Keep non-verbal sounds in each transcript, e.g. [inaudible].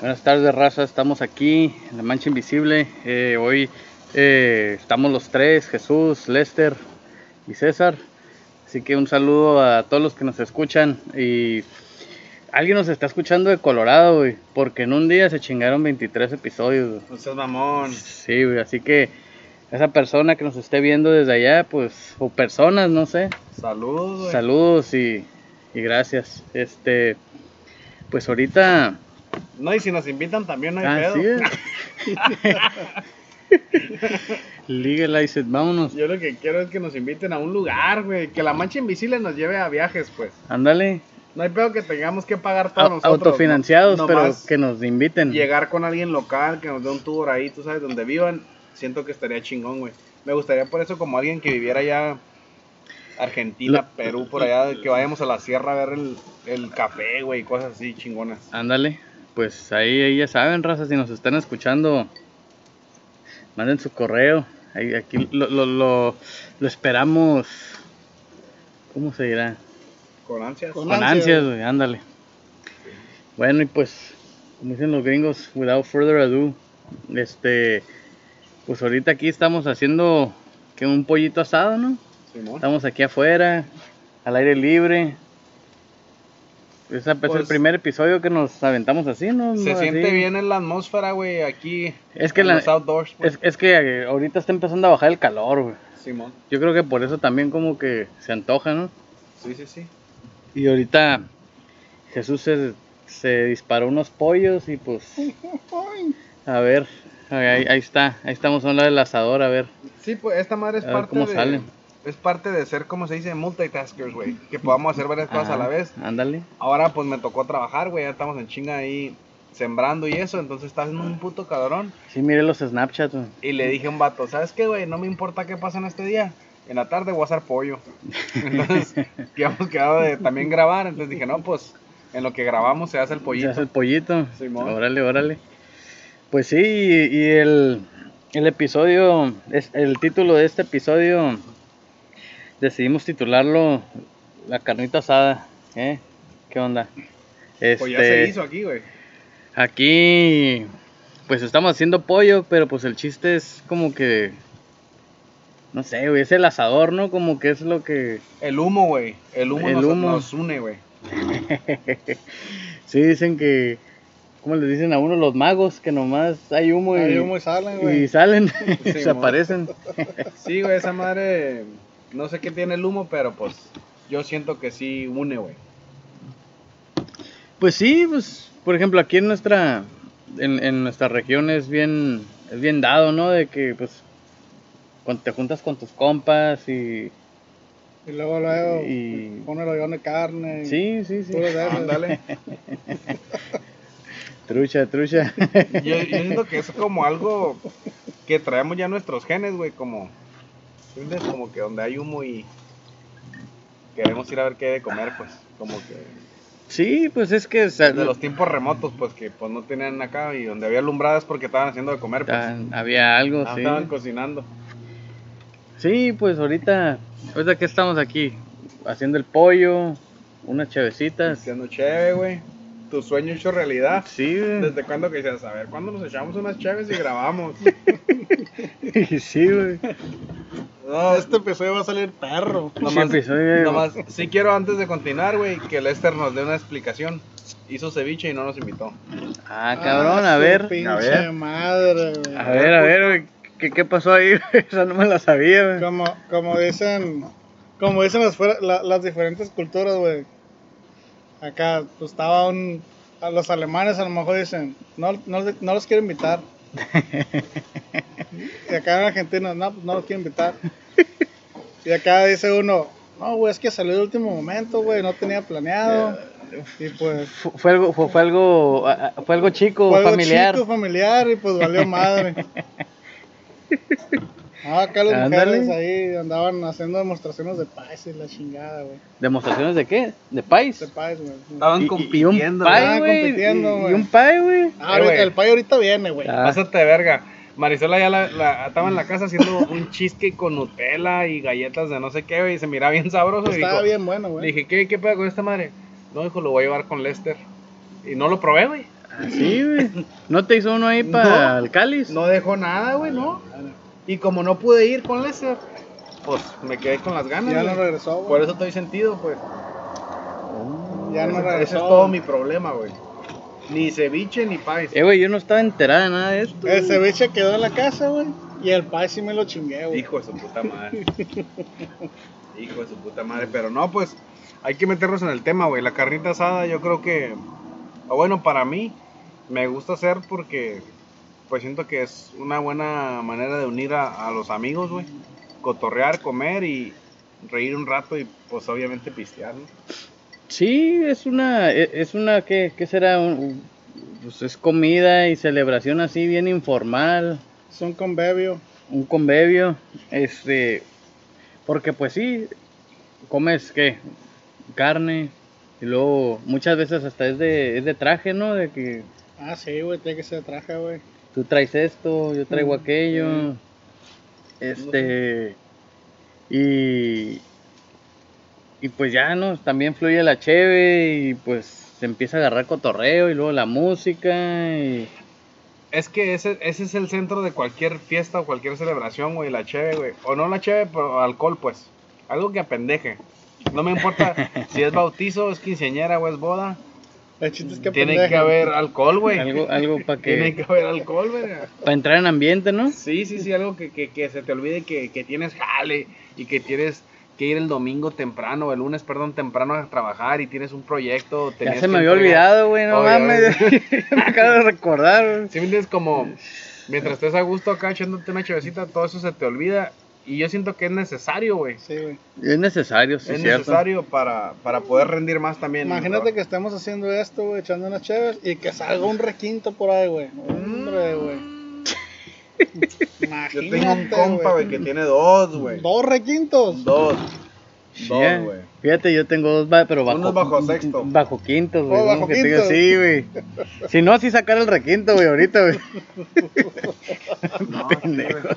Buenas tardes, raza. Estamos aquí en La Mancha Invisible. Eh, hoy eh, estamos los tres, Jesús, Lester y César. Así que un saludo a todos los que nos escuchan. Y alguien nos está escuchando de Colorado, güey, porque en un día se chingaron 23 episodios. güey. No seas mamón. Sí, güey, así que esa persona que nos esté viendo desde allá, pues, o personas, no sé, Saludos, güey. saludos y, y gracias. Este, pues ahorita... No, y si nos invitan también no hay Ah, pedo. sí, [laughs] eh. Legalize it, vámonos. [laughs] Yo lo que quiero es que nos inviten a un lugar, güey. Que la mancha invisible nos lleve a viajes, pues. Ándale, No hay pedo que tengamos que pagar au- todos nosotros. autofinanciados, no- pero nomás que nos inviten. Llegar con alguien local que nos dé un tour ahí, tú sabes, donde vivan. Siento que estaría chingón, güey. Me gustaría por eso como alguien que viviera allá. Argentina, Lo- Perú, por allá, que vayamos a la sierra a ver el, el café, güey, y cosas así chingonas. Ándale, pues ahí, ahí ya saben, raza, si nos están escuchando, manden su correo. Ahí, aquí lo, lo, lo, lo esperamos. ¿Cómo se dirá? Con ansias. Con- Con ansias. ansias, güey, ándale. Bueno, y pues, como dicen los gringos, without further ado, este, pues ahorita aquí estamos haciendo que un pollito asado, ¿no? Simón. Estamos aquí afuera, al aire libre. Ese es el Pues- primer episodio que nos aventamos así, ¿no? Se No, siente así. bien en la atmósfera, güey, aquí. Es que en la- los outdoors, pues. Es, es que eh, ahorita está empezando a bajar el calor, güey. Simón. Yo creo que por eso también como que se antoja, ¿no? Sí, sí, sí. Y ahorita Jesús se, se disparó unos pollos y pues... A ver, ahí, ahí está, ahí estamos hablando del asador, a ver. Sí, pues esta madre es A ver parte cómo de sale. es parte de ser como se dice multitaskers, güey, que podamos hacer varias cosas a la Ajá, vez. Ándale. Ahora pues me tocó trabajar, güey, ya estamos en chinga ahí sembrando y eso, entonces está haciendo un puto cabrón Sí, mire los Snapchats, güey. y le dije a un vato, "¿Sabes qué, güey? No me importa qué pasa en este día." En la tarde voy a hacer pollo. [laughs] Entonces, que hemos quedado de también grabar. Entonces dije, no, pues en lo que grabamos se hace el Se hace pollito. el pollito. Simón. Órale, órale. Pues sí, y, y el, el episodio, es, el título de este episodio, decidimos titularlo La carnita asada. ¿eh? ¿Qué onda? Este, Pues ya se hizo aquí, güey. Aquí, pues estamos haciendo pollo, pero pues el chiste es como que, no sé, güey, es el asador, ¿no? Como que es lo que... El humo, güey. El humo, El nos, humo. nos une, güey. Sí, dicen que, ¿cómo les dicen a uno los magos? Que nomás hay humo y... Ahí humo y salen, Y güey. salen, [laughs] Sí, desaparecen. Sí, güey, esa madre. No sé qué tiene el humo, pero pues yo siento que sí une, güey. Pues sí, pues, por ejemplo, aquí en nuestra, en, en nuestra región es bien, es bien dado, ¿no? De que, pues, cuando te juntas con tus compas y... Y luego, luego, Y- pone el avión de carne. y Sí, sí, sí. puras de esas. [laughs] Ándale. Trucha, trucha. [laughs] Yo, yo siento que es como algo que traemos ya nuestros genes, güey. Como. ¿Entiendes? Como que donde hay humo y. Queremos ir a ver qué hay de comer, pues. Como que. Sí, pues es que... o sea, De los tiempos remotos, pues que pues no tenían acá y donde había alumbradas porque estaban haciendo de comer, pues. ah, había algo, Ah, sí. Estaban cocinando. Sí, pues ahorita, ahorita que estamos aquí, haciendo el pollo, unas chevecitas. Haciendo chévere, güey. Tu sueño hecho realidad. Sí, güey. ¿Desde cuándo que dices, a ver, cuándo nos echamos unas chaves y [laughs] grabamos? sí, güey. [laughs] No, Este episodio va a salir perro. Ese episodio- nomás, [laughs] sí quiero antes de continuar, güey, que Lester nos dé una explicación. Hizo ceviche y no nos invitó. Ah, cabrón, a su ver. Pinche a ver. madre, güey. A ver, a ver, güey, ¿qué, qué pasó ahí? [laughs] güey? Esa no me la sabía, güey. Como, como dicen, como dicen las, fuera- la- las diferentes culturas, güey. Acá, pues estaba un. A los alemanes a lo mejor dicen, no, no, no los quiero invitar. Y acá en Argentina, no, pues no los quiero invitar. Y acá dice uno, no, güey, es que salió de último momento, güey, no tenía planeado. Y pues. Fu- Fue algo, fue, fue algo, ah, ah, fue algo chico, Fue algo familiar. chico, familiar, y pues valió [laughs] madre. Ah, acá las Ándale. mujeres ahí andaban haciendo demostraciones de paz y la chingada, güey. ¿Demostraciones de qué? ¿De pais? De paz, güey. Estaban Y- y- Y un compitiendo, pay, güey. Estaban güey, compitiendo, y- y, güey. un pay, güey. Ah, Eh, ahorita- güey. el payo ahorita viene, güey. Ah. Pásate de verga. Marisola ya la, la- estaba en la casa haciendo un cheesecake con Nutella y galletas de no sé qué, güey, y se miraba bien sabroso. y Estaba dijo- bien bueno, Le güey. dije, ¿qué, qué pedo con esta madre? No, dijo, lo voy a llevar con Lester. Y no lo probé, güey. Sí, güey. ¿No te hizo uno ahí para No. el cáliz? No dejó nada, güey, ¿no? Y como no pude ir con Lester, pues me quedé con las ganas. Ya güey. no regresó, güey. Por eso estoy sentido, pues. Ya no Ese- regresó. Ese es todo mi problema, güey. Ni ceviche ni pais. Eh, güey, yo no estaba enterada de nada de esto. El ceviche quedó en la casa, güey. Y el pie sí me lo chingué, güey. Hijo de su puta madre. Hijo de su puta madre. Pero no, pues hay que meternos en el tema, güey. La carnita asada, yo creo que. O bueno, para mí, me gusta hacer porque. Pues siento que es una buena manera de unir a, a los amigos, güey. Cotorrear, comer y reír un rato y, pues, obviamente pistear, ¿no? Sí, es una, e- es una, ¿qué, qué será? Un- un- pues es comida y celebración así bien informal, Son convivio. un convivio, este, porque pues sí, comes, ¿qué? Carne, y luego muchas veces hasta es de, es de traje, ¿no? De que Ah, sí, güey, tiene que ser de traje, güey. tú traes esto, yo traigo Mm, aquello, mm. este, y, y pues ya, ¿no? También fluye la cheve y pues se empieza a agarrar cotorreo y luego la música y... Es que ese, ese es el centro de cualquier fiesta o cualquier celebración, güey, la cheve, güey. O no la cheve, pero alcohol, pues. Algo que apendeje. No me importa [laughs] si es bautizo, es quinceañera o es boda. El chiste es que Tiene pendeja. que haber alcohol, güey. [laughs] Algo, algo para Tiene que... que haber alcohol, güey. Para entrar en ambiente, ¿no? Sí, sí, sí, algo que, que- que se te olvide que, que tienes jale y que tienes que ir el domingo temprano, el lunes, perdón, temprano a trabajar y tienes un proyecto. Ya tenías se que me había entregar. olvidado, güey, no Oye, mames. [laughs] me acabo de recordar, güey. Si me entiendes como mientras estés a gusto acá echándote una chevecita, todo eso se te olvida. Y yo siento que es necesario, güey. Sí, güey. Es necesario, sí, es cierto. necesario para, para poder rendir más también. Imagínate que estemos haciendo esto, güey, echando unas chéves y que salga un requinto por ahí, güey. Hombre, güey. [laughs] Yo Imagínate, tengo un compa, güey, que tiene dos, güey. Dos requintos. Dos. Sí, eh. Dos, [laughs] güey. Fíjate, yo tengo dos, ba- pero bajo. Uno [laughs] es bajo sexto. Bajo quintos, güey. Oh, uno bajo que te diga, quintos. sí, güey. Si no, así sacar el requinto, güey, ahorita, güey. [laughs] No, Pendejo.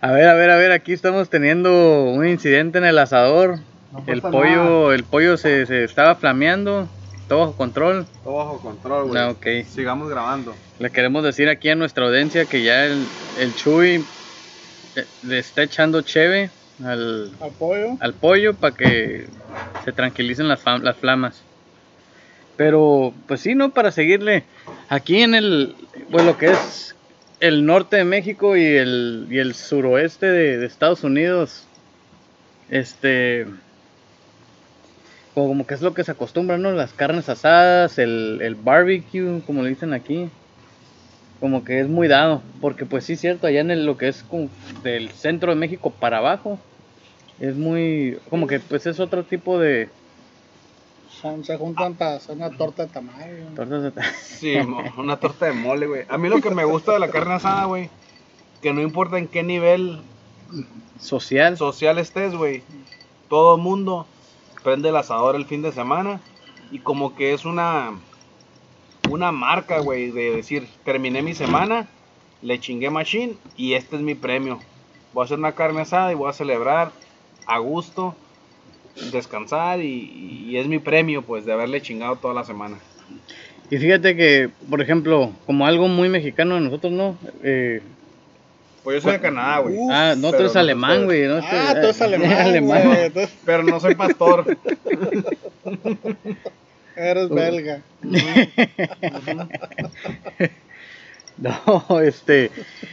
A ver, a ver, a ver, aquí estamos teniendo un incidente en el asador. No el pasa pollo, nada. el pollo se, se estaba flameando, todo bajo control. Todo bajo control, güey. Ah, ok. Sigamos grabando. Le queremos decir aquí a nuestra audiencia que ya el, el Chuy eh, le está echando cheve al, Apoyo. al pollo para que se tranquilicen las, fam- las flamas. Pero, pues sí, ¿no? Para seguirle aquí en el, pues lo que es el norte de México y el, y el suroeste de, de Estados Unidos, este, como que es lo que se acostumbra, ¿no? Las carnes asadas, el, el barbecue, como le dicen aquí, como que es muy dado, porque pues sí, cierto, allá en el- lo que es como del centro de México para abajo, es muy. Como que pues es otro tipo de. Son- se juntan Ah. para hacer una torta de tamal, güey. tortas de ta- [laughs] Sí, mo- una torta de mole, güey. A mí lo que me gusta de la carne asada, güey, que no importa en qué nivel Social. social estés, güey, todo mundo prende el asador el fin de semana y como que es una una marca, güey, de decir, terminé mi semana, le chingué machine y este es mi premio. Voy a hacer una carne asada y voy a celebrar a gusto, descansar y, y es mi premio, pues, de haberle chingado toda la semana. Y fíjate que, por ejemplo, como algo muy mexicano de nosotros, ¿no? Eh, Pues yo soy de Canadá, güey. Uf, ah, no, tú pero eres no este alemán, güey. ustedes. No, Ah, tú- [laughs] todo es alemán, güey. Tú Pero no soy pastor. [laughs] eres Uh. belga. [laughs] No, este.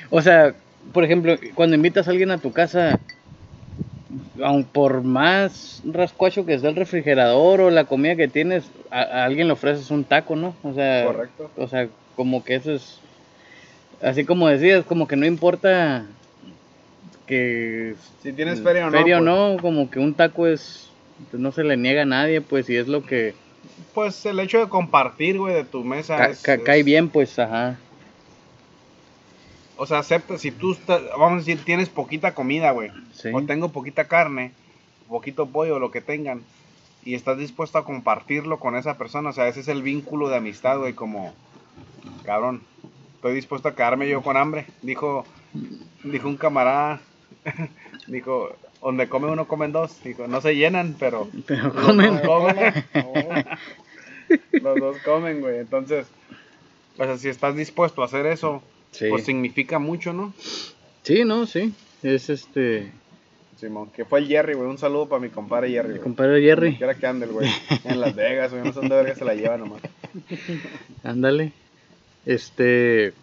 O sea, por ejemplo, cuando invitas a alguien a tu casa, aun por más rascuacho que sea el refrigerador o la comida que tienes, a, a alguien le ofreces un taco, ¿no? O sea, Correcto. O sea, como que eso es. Así como decías, como que no importa que. Si tienes feria o no. Mm. feria pues, no, como que un taco es. pues, No se le niega a nadie, pues, y es lo que Pues el hecho de compartir, güey, de tu mesa. ca- es- ca- es- cae bien, pues, ajá. O sea, acepta, si tú, estás- vamos a decir, tienes poquita comida, güey. Sí. O tengo poquita carne, poquito pollo, lo que tengan. Y estás dispuesto a compartirlo con esa persona. O sea, ese es el vínculo de amistad, güey. Como, cabrón, estoy dispuesto a quedarme yo con hambre. Dijo, dijo un camarada, [laughs] dijo, donde come uno, comen dos. Dijo, no se llenan, pero... Pero [laughs] lo- comen. lo comen. Oh, Los dos comen, güey. Entonces, o sea, si estás dispuesto a hacer eso, Sí. pues significa mucho, ¿no? Sí, no, sí. Es este. Simón, que fue el Jerry, güey. Un saludo para mi compadre Jerry, Mi güey. compadre Jerry. Quiera que ande el güey. En Las Vegas, güey. No sé dónde verga se la lleva nomás. Ándale. Este.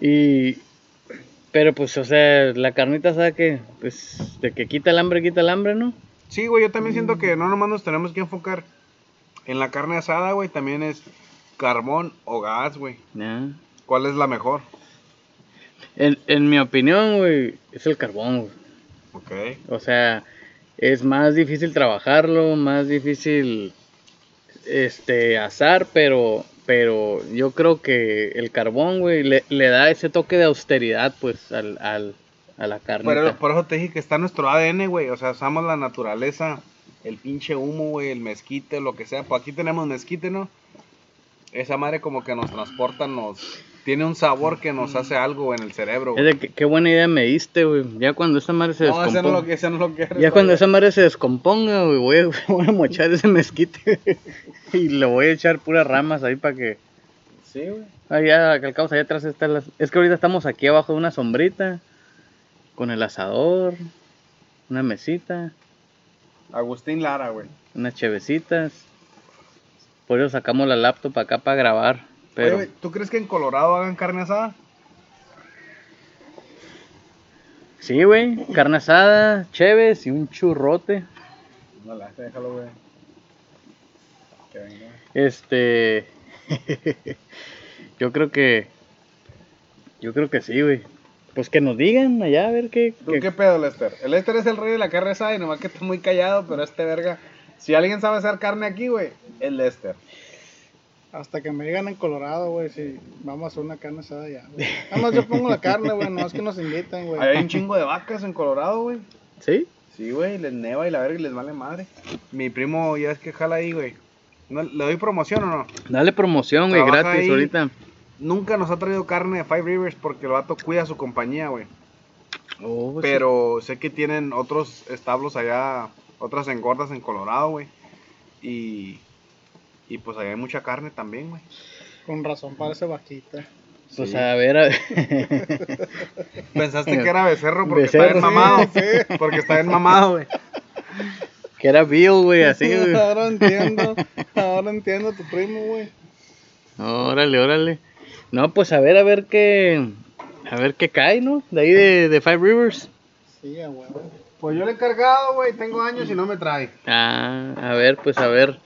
Y. Pero pues, o sea, la carnita sabe que. Pues, de que quita el hambre, quita el hambre, ¿no? Sí, güey, yo también siento que no nomás nos tenemos que enfocar en la carne asada, güey. También es carbón o gas, güey. Ya. ¿Cuál es la mejor? En, en mi opinión, güey, es el carbón, güey. Ok. O sea, es más difícil trabajarlo, más difícil este asar, pero pero yo creo que el carbón, güey, le, le da ese toque de austeridad pues al, al a la carne. Pero, por eso te dije que está en nuestro ADN, güey. O sea, usamos la naturaleza, el pinche humo, güey, el mezquite, lo que sea. Pues aquí tenemos mezquite, ¿no? Esa madre como que nos transporta, nos... Tiene un sabor que nos hace algo en el cerebro, Es güey. de que, qué buena idea me diste, güey. Ya cuando esa madre se No, ese no descomponga. lo, ese no lo quiero. ya cuando güey. esa madre se descomponga, güey, voy a, [laughs] voy a mochar ese mezquite [laughs] y le voy a echar puras ramas ahí para que Sí, güey. Allá, que al cabo, allá atrás están las... Es que ahorita estamos aquí abajo de una sombrita, con el asador, una mesita, Agustín Lara, güey. unas chevecitas. Por eso sacamos la laptop acá para grabar. Oye, Pero güey, ¿tú crees que en Colorado hagan carne asada? sí, güey, carne asada, cheves y un churrote. No la déjalo, güey. Que venga. Este... [laughs] yo creo que... Yo creo que sí, güey. Pues que nos digan allá, a ver qué... ¿Tú qué- qué pedo, Lester? El Lester es el rey de la carne asada y nomás que está muy callado, pero este verga. Si alguien sabe hacer carne aquí, güey, es Lester. Hasta que me digan en Colorado, güey, si vamos a hacer una carne asada ya. güey. Nada más yo pongo la carne, güey, no es que nos inviten, güey. Ahí hay un chingo de vacas en Colorado, güey. ¿Sí? Pues. Sí, güey, les neva y la verga y les vale madre. Mi primo ya es que jala ahí, güey. No, ¿Le doy promoción o no? Dale promoción, güey, Trabaja gratis ahí. ahorita. Nunca nos ha traído carne de Five Rivers porque el vato cuida su compañía, güey. Pues Oh, sí. Pero sé que tienen otros establos allá, otras engordas en Colorado, güey. Y, y pues allá hay mucha carne también, güey. Con razón parece vaquita. Pues Sí. a ver, a ver. Pensaste que era becerro porque está Becerro, bien mamado. [laughs] Porque está bien mamado, güey. Que era Bill, [laughs] güey, así, güey. [laughs] ahora entiendo, ahora entiendo a tu primo, güey. Órale, órale. No, pues a ver, a ver qué. A ver qué cae, ¿no? De ahí de, de Five Rivers. Sí, a huevo. Pues yo le he encargado, güey. Tengo años y no me trae. Ah, a ver, pues a ver.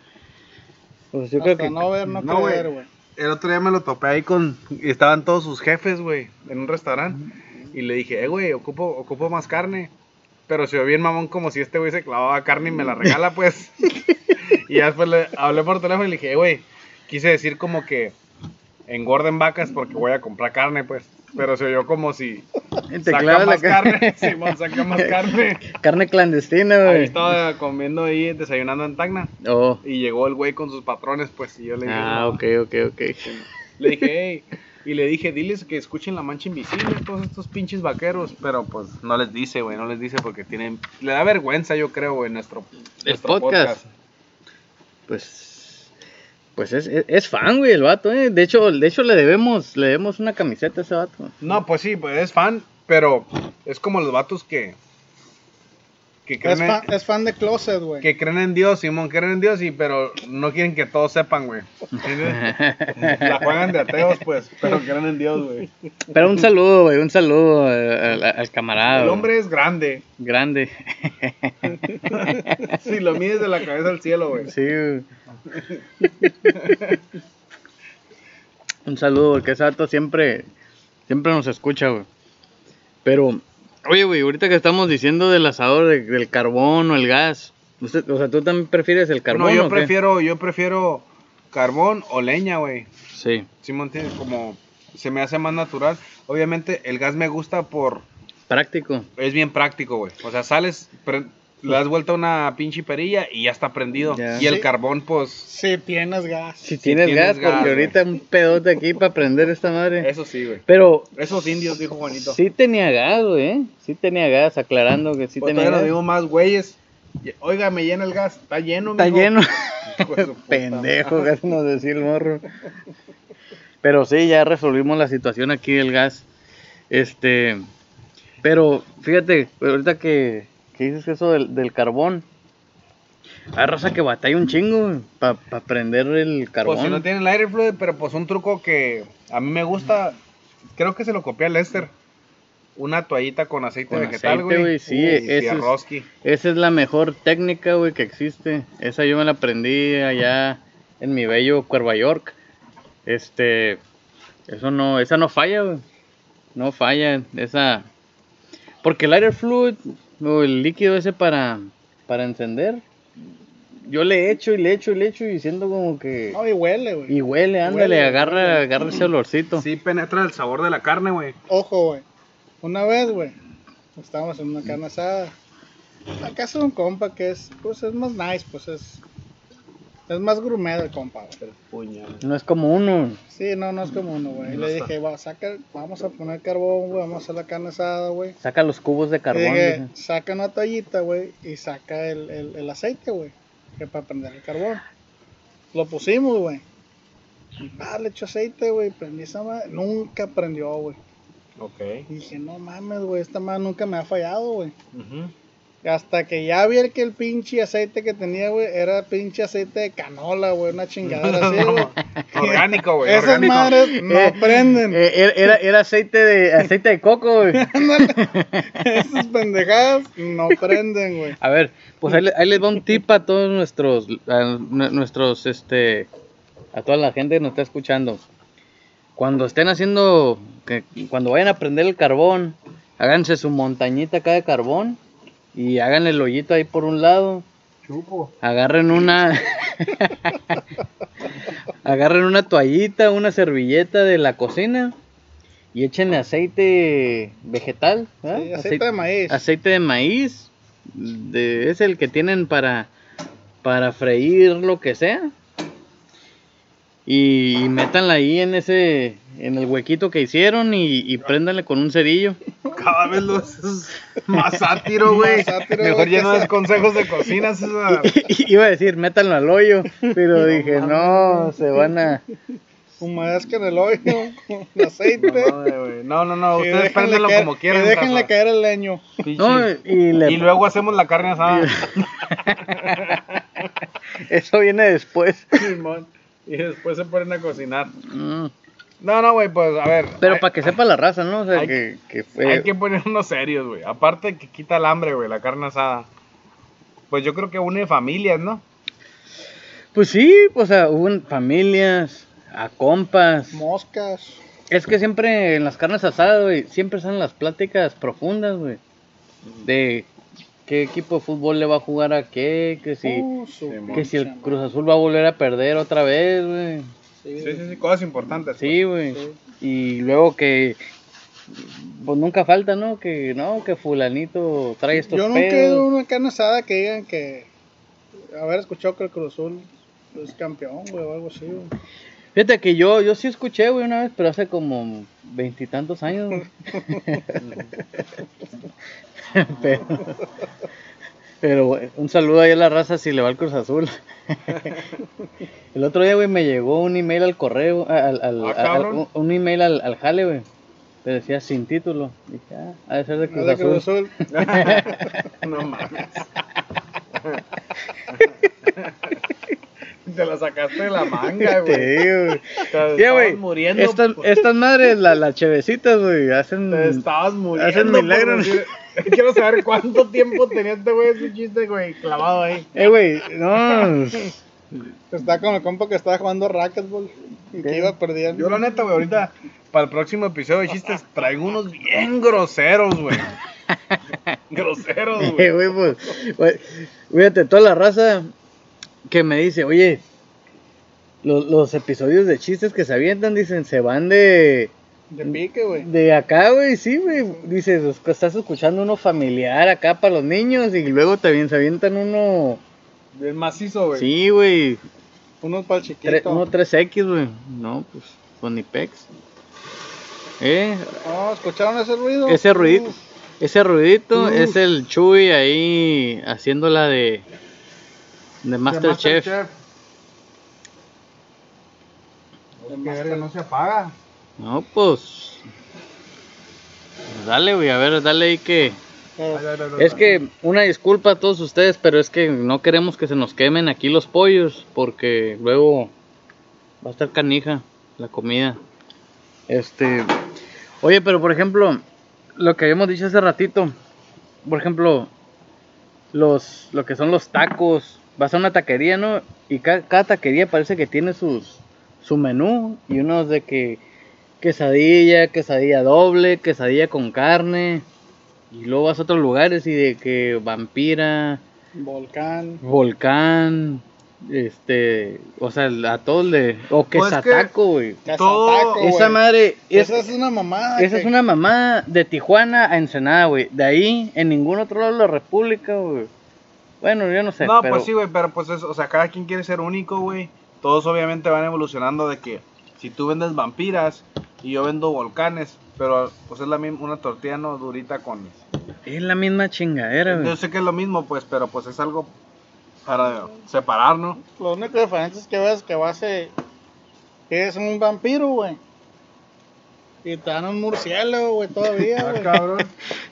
Pues yo creo Hasta que. no ver, no, No, creer, güey. güey. El otro día me lo topé ahí con. y estaban todos sus jefes, güey, en un restaurante. Y le dije, eh, güey, ocupo, ocupo más carne. Pero se ve bien mamón como si este güey se clavaba carne y me la regala, [laughs] pues. y ya después le hablé por teléfono y le dije, "Eh, güey, quise decir como que engorden vacas porque voy a comprar carne, pues. Pero se oyó como si. Te saca clava la más ca- carne. Simón, saca más carne. [laughs] carne clandestina, Ahí güey. estaba comiendo ahí, desayunando en Tacna. Oh. Y llegó el güey con sus patrones, pues. Y yo le dije, Ah, "No, ok, ok, ok. le dije, hey. Y le dije, diles que escuchen La Mancha Invisible, todos estos pinches vaqueros. Pero pues no les dice, güey, no les dice porque tienen... Le da vergüenza, yo creo, güey, nuestro, nuestro podcast. Pues. Pues es, es, es fan, güey, el vato, ¿eh? De hecho, de hecho le debemos le debemos una camiseta a ese vato. No, pues sí, pues es fan, pero es como los vatos que... Que Es, creen, en- fan- es fan de Closet, güey. que creen en Dios, Simón, creen en Dios, y pero no quieren que todos [laughs] sepan, güey. ¿Entiendes? La juegan de ateos, pues, pero creen en Dios, güey. Pero un saludo, güey, un saludo eh, al, al camarada. El güey. hombre es grande, Grande. si lo mides de la cabeza al cielo, güey. Sí. güey. Un saludo, porque ese vato siempre, siempre nos escucha, güey. Pero, oye, güey, ahorita que estamos diciendo del asador, de- del carbón o el gas, usted- o sea, ¿tú también prefieres el carbón no, yo o qué? prefiero, yo prefiero carbón o leña, güey. Sí, Sí, me entiendes? como se me hace más natural. Obviamente el gas me gusta por práctico. es bien práctico, güey. O sea, sales, pre- le das vuelta a una pinche perilla y ya está prendido. Ya. Y el Sí. carbón pues Si tienes gas. Si tienes, tienes gas, gas, porque güey. ahorita un pedote aquí para prender esta madre. eso sí, güey. Pero Esos indios dijo Juanito. sí tenía gas, güey, ¿eh? Sí tenía gas, aclarando que sí Pues, tenía todavía gas. lo digo más güeyes Y- Oiga, me llena el gas. Está lleno, Está mijo. lleno. [laughs] Hijo de su puta [laughs] Pendejo, madre. casi nos decía el morro. Pero sí, ya resolvimos la situación aquí del gas. Este, pero fíjate, ahorita que, que dices eso del, del carbón, hay raza que batalla un chingo para prender el carbón. Pues si no tiene el aire fluid, pero pues un truco que a mí me gusta, creo que se lo copié a Lester. Una toallita con aceite Con vegetal, aceite, güey, güey. sí, Uy, ese es- Swarovski. Esa es la mejor técnica, güey, que existe. Esa yo me la aprendí allá en mi bello Cuerva York. Este, eso no, esa no falla, güey. No falla, esa. Porque el air fluid, o el líquido ese para, para encender, yo le echo y le echo y le echo y siento como que. No, y huele, güey. Y huele, ándale, Huele. agarra, agarra ese olorcito. Sí, penetra el sabor de la carne, güey. Ojo, güey. Una vez, güey, estábamos en una carne asada. La casa de un compa que es, pues es más nice, pues es. Es más gourmet el compa, güey. Puñal. No es como uno. Sí, no, no es como uno, güey. Y le dije, va, saca, vamos a poner carbón, güey, vamos a hacer la carne asada, güey. Saca los cubos de Y carbón. dije, dice. saca una toallita, güey, y saca el, el, el aceite, güey, que para prender el carbón. Lo pusimos, güey. Y pa, le echo aceite, güey, prendí esa madre. Nunca prendió, güey. Ok. Y dije, no mames, güey, esta madre nunca me ha fallado, güey. Ujú. Hasta que ya vi el que el pinche aceite que tenía, güey, era pinche aceite de canola, güey, [laughs] una chingadera [laughs] así, güey. Orgánico, güey. Esas orgánico. madres no Eh, prenden. [laughs] Eh, era- era, era aceite de aceite de coco, güey. Esas pendejadas no prenden, güey. [laughs] A ver, pues ahí, le- ahí les va un tip a todos nuestros, a nu- nuestros, este, a toda la gente que nos está escuchando. Cuando estén haciendo, que, cuando vayan a prender el carbón, háganse su montañita acá de carbón y hagan el hoyito ahí por un lado. Chupo. Agarren una, [laughs] agarren una toallita, una servilleta de la cocina y échenle aceite vegetal, ¿verdad? Sí, aceite de maíz. aceite de maíz de- es el que tienen para para freír lo que sea y, y métanla ahí en ese en el huequito que hicieron y, y préndanle con un cerillo Cada vez lo haces más sátiro, güey. Más sátiro, Mejor güey, ya que no esa- des consejos de [laughs] cocina, César. [laughs] iba a decir métanlo al hoyo pero dije no se van a Humedezcan el hoyo con aceite. No, güey. No, no, no. y Ustedes déjenle préndenlo caer- como quieran. Y déjenle raza. caer el leño. no, y, le- Y luego hacemos la carne asada. [laughs] eso viene después Simón. Y después se ponen a cocinar. Mm, No, no, güey, pues a ver. pero hay, para que sepa la raza no o sea hay- que, que fue hay que poner unos serios, güey. Aparte que quita el hambre, güey, la carne asada. Pues yo creo que une familias, ¿no? pues sí o sea hubo familias a compas Moscas. Es que siempre en las carnes asadas, güey, siempre están las pláticas profundas, güey. De qué equipo de fútbol le va a jugar a qué, que si, Uh, su Simón. que si el pinche Cruz Azul va a volver a perder otra vez, güey. madre. Sí, sí, sí, cosas importantes. Sí, güey. Sí. Y luego que, pues nunca falta, ¿no? Que no, que fulanito trae estos Yo nunca he ido a pedos. una carne asada que digan que. Haber escuchado que el Cruz Azul es campeón, güey, o algo así, güey. Fíjate que yo, yo sí escuché, güey, una vez, pero hace como veintitantos años. [laughs] güey. pero, pero, güey, un saludo ahí a la raza si le va al Cruz [laughs] Azul. El otro día, güey, me llegó un email al correo, al, al- Ah, al- cabrón. un- un email al, al jale, güey. Te decía sin título. Dije, ah, ha de ser de Cruz El Azul. Cruz Azul. [laughs] No mames. Te la sacaste de la manga, [laughs] Sí, güey. güey. Te Ya, güey, estabas muriendo. Estas, por- estas madres, la- las chevecitas, güey, hacen. Te estabas muriendo. Hacen por milagro. decir- [laughs] Quiero saber cuánto tiempo tenía este güey ese chiste, güey, clavado ahí. Eh, güey, no. [laughs] Está con el compa que estaba jugando racquetball y que Sí. iba perdiendo. Yo la neta, güey, ahorita para el próximo episodio de chistes traigo unos bien groseros, [laughs] güey. groseros, Eh, [laughs] güey. güey, pues, güey, fíjate, toda la raza que me dice, oye, lo- los, episodios de chistes que se avientan, dicen, se van de, De pique, güey. de acá, güey, sí, güey. Dices, "es que estás escuchando uno familiar acá para los niños y luego también se avientan uno, Bien macizo, güey. sí, güey, Unos para el tre- chiquito. uno 3X, güey. No, pues, con ni pex. Eh, No, Oh, ¿escucharon ese ruido? Ese ruidito. Uf, Ese ruidito Uf. es el Chuy ahí haciéndola de, de Masterchef. Que verga, no se apaga. No, pues. pues Dale, güey, a ver, dale ahí que. Ay, ay, ay, ay, Es ay. que una disculpa a todos ustedes, pero es que no queremos que se nos quemen aquí los pollos, porque luego va a estar canija la comida. Este, oye, pero por ejemplo, lo que habíamos dicho hace ratito, por ejemplo, los lo que son los tacos, vas a una taquería, ¿no? Y ca- cada, taquería parece que tiene sus su menú y unos de que quesadilla, quesadilla doble, quesadilla con carne. Y luego vas a otros lugares y de que vampira, Volcán. volcán, este, o sea, a todos le... O que Pues es que- Sataco, güey. Todo- Cazataco, Esa güey. madre, es- Esa es una mamada. esa que- es una mamá de Tijuana a Ensenada, güey. De ahí, en ningún otro lado de la República, güey. Bueno, yo no sé. No, pero- pues sí, güey, pero pues es, o sea, cada quien quiere ser único, güey. Todos obviamente van evolucionando de que si tú vendes vampiras y yo vendo volcanes, pero pues es la misma, una tortilla no durita con... Es la misma chingadera, güey. Yo sé que es lo mismo, pues, pero pues es algo para separar, ¿no? Lo único diferente es que ves que vas a es un vampiro, güey. Y te dan un murciélago, güey, todavía, güey. Ah, cabrón.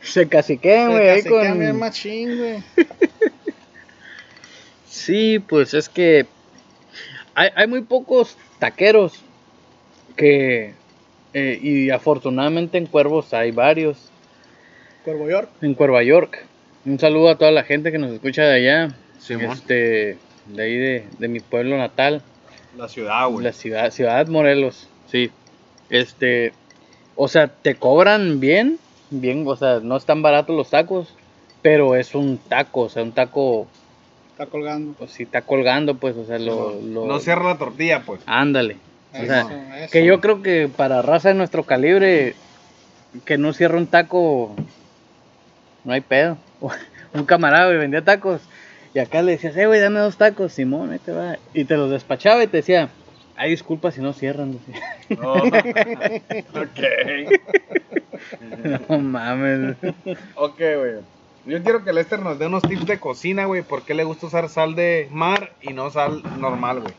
Se caciquean, Ah, güey, ahí Casi que a mí es con- machín, güey. Sí, pues es que hay, hay muy pocos taqueros que... eh, y afortunadamente en Cuervos hay varios. Cuervo York. en Cuerva York. Un saludo a toda la gente que nos escucha de allá. Simón. Este, de ahí de, de mi pueblo natal, La ciudad, güey. la ciudad, ciudad Morelos. Sí. Este, o sea, te cobran bien, bien, o sea, no están baratos los tacos, pero es un taco, o sea, un taco, Está colgando. pues si está colgando, pues, o sea, lo, lo- No cierra la tortilla, pues. ándale. O sea, Eso, eso. que yo creo que para raza de nuestro calibre, que no cierra un taco, no hay pedo. [laughs] un camarada, güey, vendía tacos. Y acá le decías, eh, güey, dame dos tacos, Simón, ahí te va. Y te los despachaba y te decía, ay, disculpa si no cierran. [laughs] decía. No. [laughs] ok. no mames. Ok, güey. Yo quiero que Lester nos dé unos tips de cocina, güey. ¿Por qué le gusta usar sal de mar y no sal normal, güey?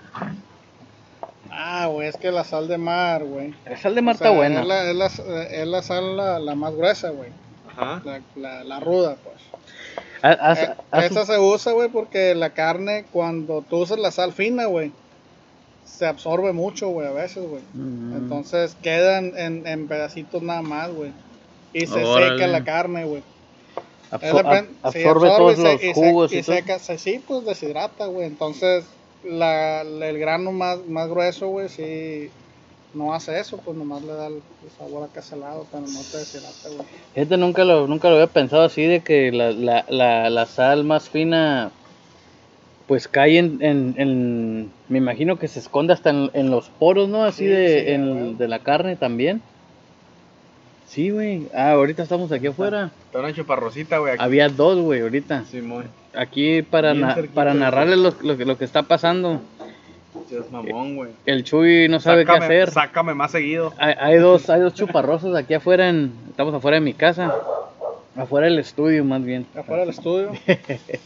Ah, güey, es que la sal de mar, güey. La sal de O Marta sea, buena. Es la, es la- es la sal la, la más gruesa, güey. Ajá. La, la, la ruda, pues. Haz- haz- Eh, haz esa un- se usa, güey, porque la carne, cuando tú usas la sal fina, güey, se absorbe mucho, güey, a veces, güey. Mm. Entonces quedan en, en pedacitos nada más, güey. Y se Órale. seca la carne, güey. absor- Es de pen- ab- sí, absorbe todos y se- los y se- jugos y, y, todo. seca, se- sí, pues deshidrata, güey. Entonces, la, la- el grano más, más grueso, güey, sí no hace eso, pues nomás le da el el sabor acá salado, pero no te deshidrata, güey. Fíjate, Este nunca lo, nunca lo había pensado así, de que la, la, la, la sal más fina, pues cae en, en, en- me imagino que se esconde hasta en, en los poros, ¿no? Así Sí, de, sí, en- güey. de la carne también. Sí, güey. Ah, ahorita estamos aquí afuera. Está una chuparrosita, güey. Aquí. Había dos, güey, ahorita. Simón. Aquí para, Bien na- cerquita para de narrarles lo, lo, que- lo que está pasando. Dios mamón, güey. El Chuy no sabe sácame, qué hacer. Sácame más seguido. Hay, hay dos, hay dos chuparrosos aquí afuera, en, estamos afuera de mi casa. Afuera del estudio, más bien. Afuera del estudio.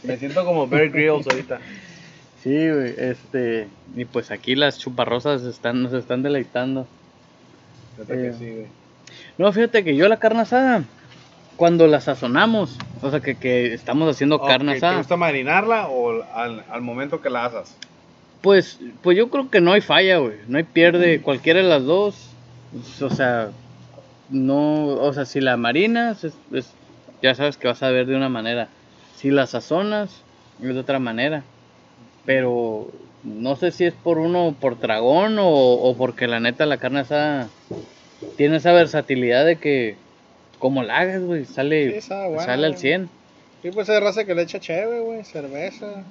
Me siento como Bear Grylls ahorita. Sí, güey, este, y pues aquí las chuparrosas están, nos están deleitando. Neta que Eh. sí, güey. No, fíjate que yo la carne asada, cuando la sazonamos, o sea que, que estamos haciendo Ok, carne ¿Te asada, gusta marinarla o al, al momento que la asas? pues, pues yo creo que no hay falla, güey, no hay pierde, cualquiera de las dos, pues, o sea, no, o sea, si la marinas, es- es- ya sabes que vas a ver de una manera, si la sazonas, es de otra manera, pero no sé si es por uno, por tragón o, o porque la neta la carne asada tiene esa versatilidad de que como la hagas, güey, sale, Sí, sabe buena, sale al güey. 100. Sí, pues hay raza que le echa chévere, güey, cerveza.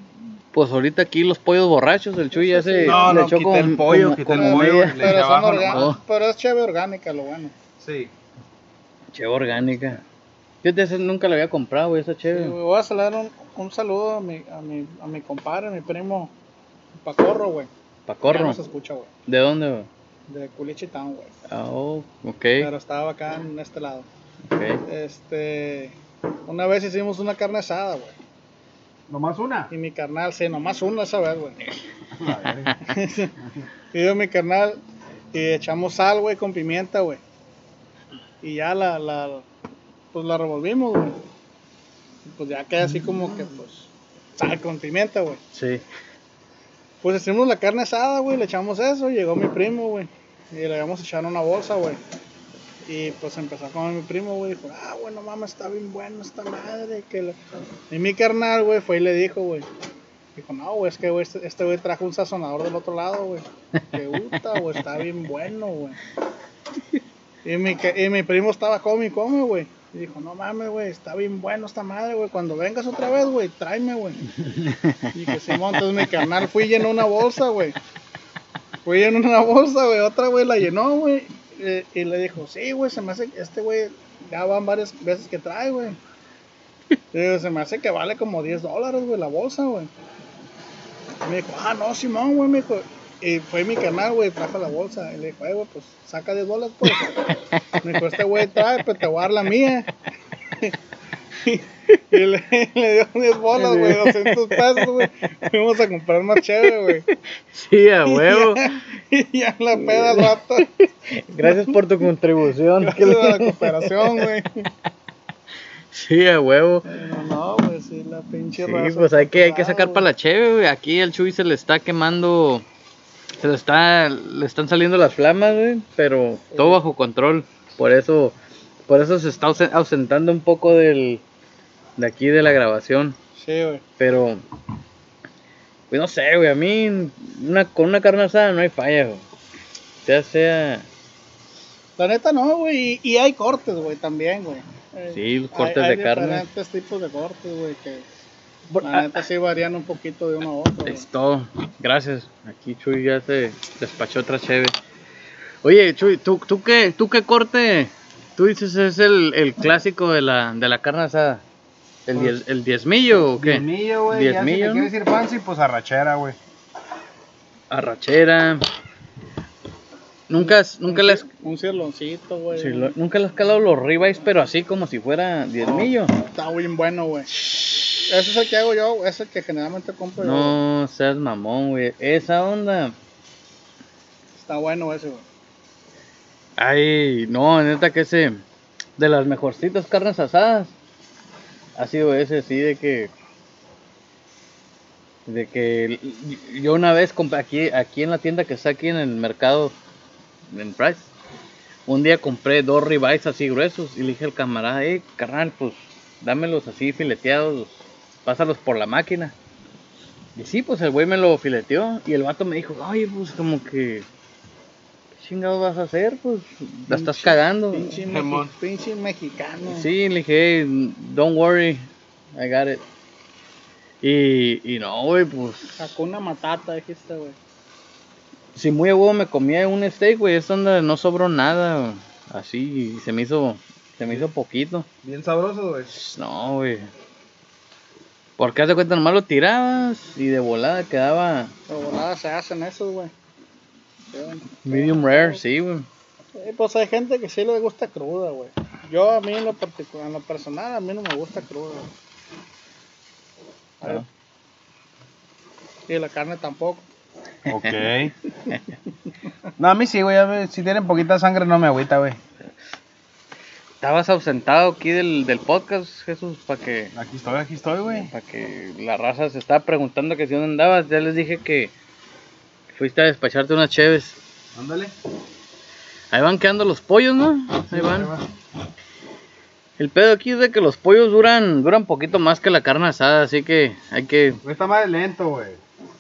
Pues ahorita aquí los pollos borrachos, el Chuy ya Sí, se sí. No, le no, echó quité el pollo, quité el como pollo, media Le echa Pero, son abajo orga- nomás. pero es chévere orgánica, lo bueno. Sí. Che orgánica. Yo de esas nunca la había comprado, güey, esa Sí, chévere. güey, voy a saludar un, un saludo a mi, a, mi, a mi compadre, mi primo Pacorro, güey. Ya Pacorro. no se escucha, güey. ¿De dónde, güey? De Culichitán, güey. Ah, oh, ok. Pero estaba acá en este lado. ok. Este. Una vez hicimos una carne asada, güey. Nomás una. Y mi carnal, sí, nomás una esa vez, güey. La verga. Y yo, mi carnal, y echamos sal, güey, con pimienta, güey. Y ya la, la, pues la revolvimos, güey. Y Pues ya queda así como que, pues, sal con pimienta, güey. Sí. Pues hicimos la carne asada, güey, le echamos eso, llegó mi primo, güey. Y le íbamos a echar en una bolsa, güey. Y pues empezó a comer mi primo, güey. Dijo, ah, bueno, mamá, está bien bueno esta madre. Que la-". Y mi carnal, güey, fue y le dijo, güey. Dijo, no, güey, es que güey, este este güey trajo un sazonador del otro lado, güey. Que gusta, güey, está bien bueno, güey. Y mi, ca- y mi primo estaba come y come, güey. Y dijo, no mames, güey, está bien bueno esta madre, güey. Cuando vengas otra vez, güey, tráeme, güey. Y dije, Simón, entonces mi carnal fui y llenó una bolsa, güey. Fui y llenó una bolsa, güey. Otra, güey, la llenó, güey. Eh, Y, le dijo, sí, güey, se me hace, este güey, ya van varias veces que trae, güey. Y digo, se me hace que vale como 10 dólares, güey, la bolsa, güey. Y me dijo, ah, no, Simón, güey, me dijo. Y fue mi carnal, güey, trajo la bolsa. Y le dijo, eh, güey, pues saca 10 dólares, [laughs] pues. Me dijo, este güey trae, pues te voy a dar la mía. [laughs] Y le, le dio 10 bolas, güey, 200 pesos, güey. Fuimos a comprar más chévere, güey. Sí, [laughs] a huevo. [laughs] Y ya la peda [laughs] al rato. Gracias por tu contribución. [laughs] Gracias a la cooperación, güey. Sí, a huevo. No, no, güey, sí, la pinche Sí, raza pues hay que, hay que pelada, sacar güey. para la cheve, güey. Aquí el Chuy se le está quemando. Se le, está, le están saliendo las flamas, güey. Pero todo bajo control. Por eso, por eso se está ausen- ausentando un poco del, de aquí de la grabación. Sí, güey. Pero, pues no sé, güey. A mí, una, con una carne asada no hay falla, güey. Ya sea. La neta no, güey. Y, y hay cortes, güey, también, güey. Eh, Sí, los hay- cortes hay de carne. diferentes tipos de cortes, güey, que ah, la neta sí varían un poquito de uno a otro, güey. Es todo. Gracias. Aquí Chuy ya se despachó otra cheve. Oye, Chuy, ¿tú, tú, qué, ¿tú qué corte? Tú dices es el, el clásico de la, de la carne asada. ¿El, diez- el diezmillo o qué? Diezmillo, güey. ya si Diezmillo, te ¿no? quieres ir fancy, pues arrachera, güey. Arrachera. Nunca, has- nunca, Un le has, cir- Un cirloncito, güey. sí, lo- nunca le has calado los ribeyes, pero así como si fuera diezmillo. Está bien bueno, güey. Ese es el que hago yo, ese es el que generalmente compro yo, güey. No seas mamón, güey. Esa onda. Está bueno ese, güey. Ay, no, neta que ese de las mejorcitas carnes asadas ha sido ese sí de que de que l- y- yo una vez compré aquí aquí en la tienda que está aquí en el mercado en Price un día compré dos ribeyes así gruesos y le dije al camarada, eh, carnal, pues dámelos así fileteados, pásalos por la máquina. Y sí, pues el güey me lo fileteó y el vato me dijo, oye, pues como que, ¿qué chingados vas a hacer? Pues la estás Pinche- cagando. Pinche, Jamón. mexi- pinche mexicano. Sí, le dije, "Hey, don't worry, I got it. Y, y no, güey, pues Sacó una matata, dijiste, güey. si muy a huevo me comía un steak, güey, es donde no sobró nada, así, y se me hizo, se me hizo poquito. Pues, Bien sabroso, güey. No, güey. Porque haz de cuenta, nomás lo tirabas y de volada quedaba Pero voladas se hacen esos, güey. Sí, güey. medium rare, sí, güey. Eh, pues hay gente que sí le gusta cruda, güey. Yo a mí en lo particular, en lo personal, a mí no me gusta cruda. güey. Ah. Y la carne tampoco. Ok. no, a mí sí, güey. a mí, Si tienen poquita sangre, no me agüita, güey. Estabas ausentado aquí del, del podcast, Jesús, para que, Aquí estoy, aquí estoy, güey. pa' que la raza se estaba preguntando que si dónde andabas. Ya les dije que fuiste a despacharte unas cheves. Ándale. Ahí van quedando los pollos, ¿no? Ahí van. El pedo aquí es de que los pollos duran duran poquito más que la carne asada, así que hay que Güey, Está más lento, güey.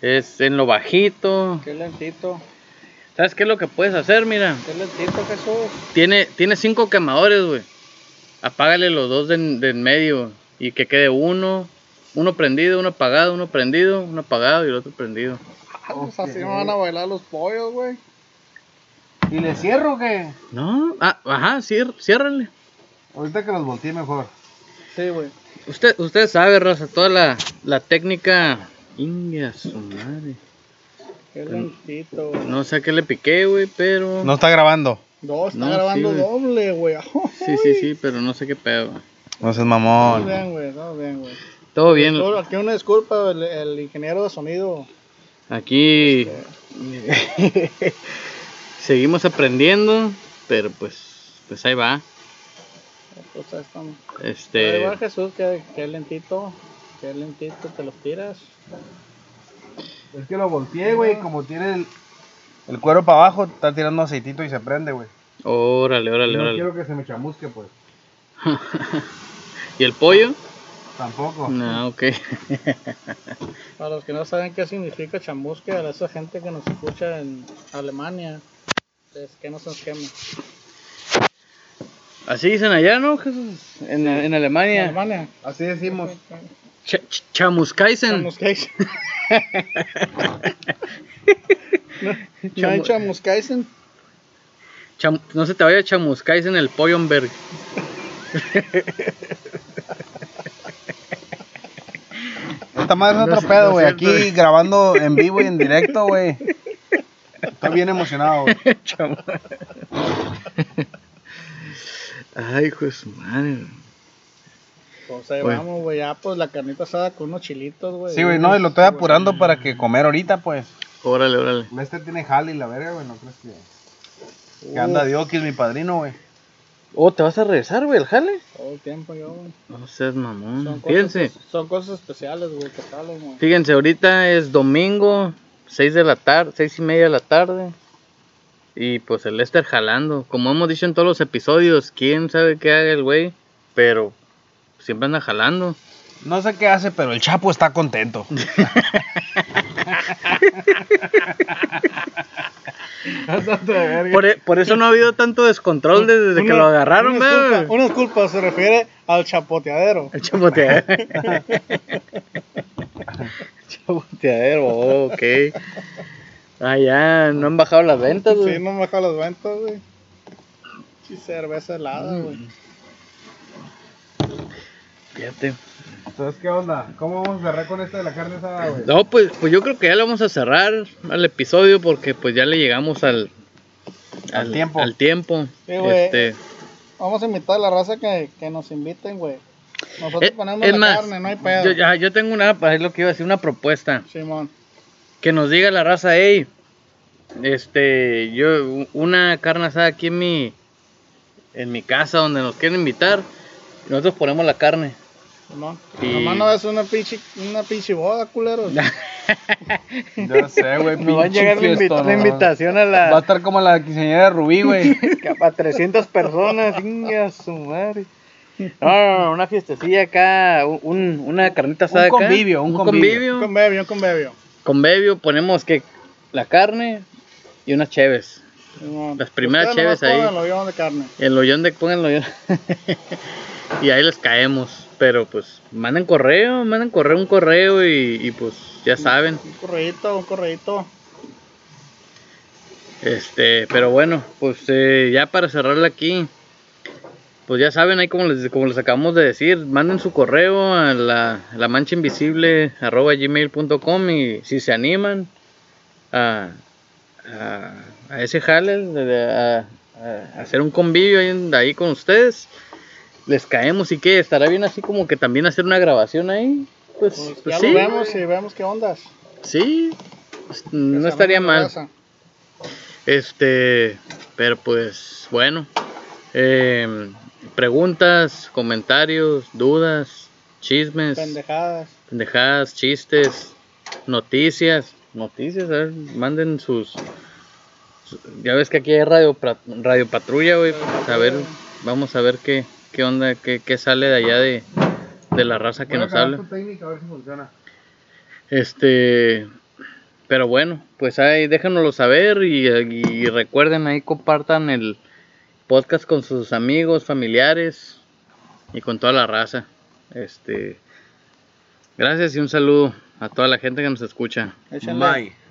es en lo bajito. Qué lentito, ¿Sabes qué es lo que puedes hacer? Mira, qué lentito, Jesús. Tiene, tiene cinco quemadores, güey. Apágale los dos de, en- de en medio y que quede uno. Uno prendido, uno apagado, uno prendido, uno apagado y el otro prendido. Ah, pues así me van a bailar los pollos, güey. ¿Y le cierro o qué? No, ah, ajá, cier, ciérrale. Ahorita que los volteé mejor. Sí, güey. Usted, usted sabe, Rosa, toda la, la técnica. Inga, su madre. Qué lentito, güey. No sé a qué le piqué, güey, pero. No está grabando. No, está No, sí, grabando güey. doble, güey. [laughs] Sí, sí, sí, pero no sé qué pedo. No seas Todo mamón. bien, güey, todo bien, güey. Todo bien. Todo- Aquí una disculpa, el, el ingeniero de sonido. Aquí [laughs] seguimos aprendiendo, pero pues, pues ahí va. Pues ahí estamos. Ahí Este, va Jesús, que, que lentito, que lentito te los tiras. Es que lo volteé, güey, como tiene el, el cuero para abajo, está tirando aceitito y se prende, güey. órale, órale, No órale. quiero que se me chamusque, pues. ¿Y el pollo? Tampoco. No, ok. Para los que no saben qué significa chamusque, a esa gente que nos escucha en Alemania, es que no se nos quema. Así dicen allá, ¿no, Jesús? En, en En Alemania. Alemania. Así decimos. Cha- ch- chamuscaisen. [laughs] Chamusqueis. no, hay Chamu- chamusqueisen. Cham- no se te vaya chamuscaisen el Pollenberg. Esta madre es No otro sé, pedo, no güey. sé, Aquí güey. grabando en vivo y en directo, güey. Estoy bien emocionado, güey. Chamo- Ay, hijo de su madre. güey. Pues ahí Bueno. vamos, güey. Ya, pues la carnita asada con unos chilitos, güey. Sí, güey, no, y lo pues, estoy apurando para que comer ahorita, pues. Órale, órale. Lester tiene jale y la verga, güey, no crees que. Que anda Dioquis, mi padrino, güey. Oh, ¿te vas a regresar, güey, el jale? Todo el tiempo yo, güey. No seas Son mamón. cosas, Fíjense, son cosas especiales, güey, que [laughs] salen, güey. fíjense, ahorita es domingo, 6 de la tarde, 6 y media de la tarde. Y pues el Lester jalando. Como hemos dicho en todos los episodios, quién sabe qué haga el güey, pero siempre anda jalando. No sé qué hace, pero el Chapo está contento. Por, e- por eso no ha habido tanto descontrol desde que Una- lo agarraron, una ¿verdad, disculpa, güey? una disculpa, se refiere al chapoteadero. El [laughs] chapoteadero. chapoteadero, oh, ok. Ah, ya, no han bajado las ventas, güey. Sí, no me baja las ventas, güey. Sí, cerveza Mm. helada, güey. Fíjate. Entonces, ¿qué onda? ¿Cómo vamos a cerrar con esta de la carne asada, [laughs] güey? No, pues, pues yo creo que ya le vamos a cerrar al episodio porque pues ya le llegamos al... Al tiempo. Al tiempo. Sí, güey. Este, Vamos a invitar a la raza que, que nos inviten, güey. Nosotros eh, ponemos es la más, carne, no hay pedo. yo, ya- yo tengo una, es lo que iba a decir, una propuesta. Simón. que nos diga la raza, hey, este, yo, u- una carne asada aquí en mi, en mi casa donde nos quieren invitar, y nosotros ponemos la carne. Simón. Y- Nomás no es una pinche, una pinche [laughs] boda, culero. Yo sé, güey. Nos va a pinche llegar la, fiestón, ¿no? invitación a Va a la, estar como la quinceañera de Rubí, güey. 300 [laughs] personas, chinga su madre. No, no, no, una fiestecilla acá, un, una carnita asada acá. convivio, un Un convivio. convivio, un convivio. Con bebio ponemos que la carne y unas cheves. Simón. Las primeras Ustedes nomás cheves ahí. pongan el avión de carne. El hoyón de pongan el hoyón. [laughs] y ahí les caemos. Pero pues manden correo, manden correo, un correo y, y, pues ya saben. Un correíto, un correíto. Este, pero bueno, pues eh, ya para cerrarla aquí. Pues ya saben, ahí como les, como les acabamos de decir, manden su correo a la, la mancha invisible gmail.com y si se animan a, a, a ese jale, de- de- a, a hacer un convivio ahí, en- ahí con ustedes, les caemos y que estará bien así como que también hacer una grabación ahí. Pues, Pues pues ya sí, lo vemos y vemos qué ondas. sí, pues, Que no se estaría arme la mal. raza. Este, pero pues bueno, eh, preguntas, comentarios, dudas, chismes, Pendejadas. pendejadas, chistes, noticias, noticias, a ver, manden sus, su- ya ves que aquí hay radio, pra- radio patrulla, güey, pues, a ver, vamos a ver qué, qué onda, qué, qué sale de allá de, de la raza que nos habla. técnica, a ver si funciona. Este, pero bueno, pues ahí déjanoslo saber y, y recuerden ahí compartan el podcast con sus amigos, familiares y con toda la raza. Este, gracias y un saludo a toda la gente que nos escucha. Échale. Bye.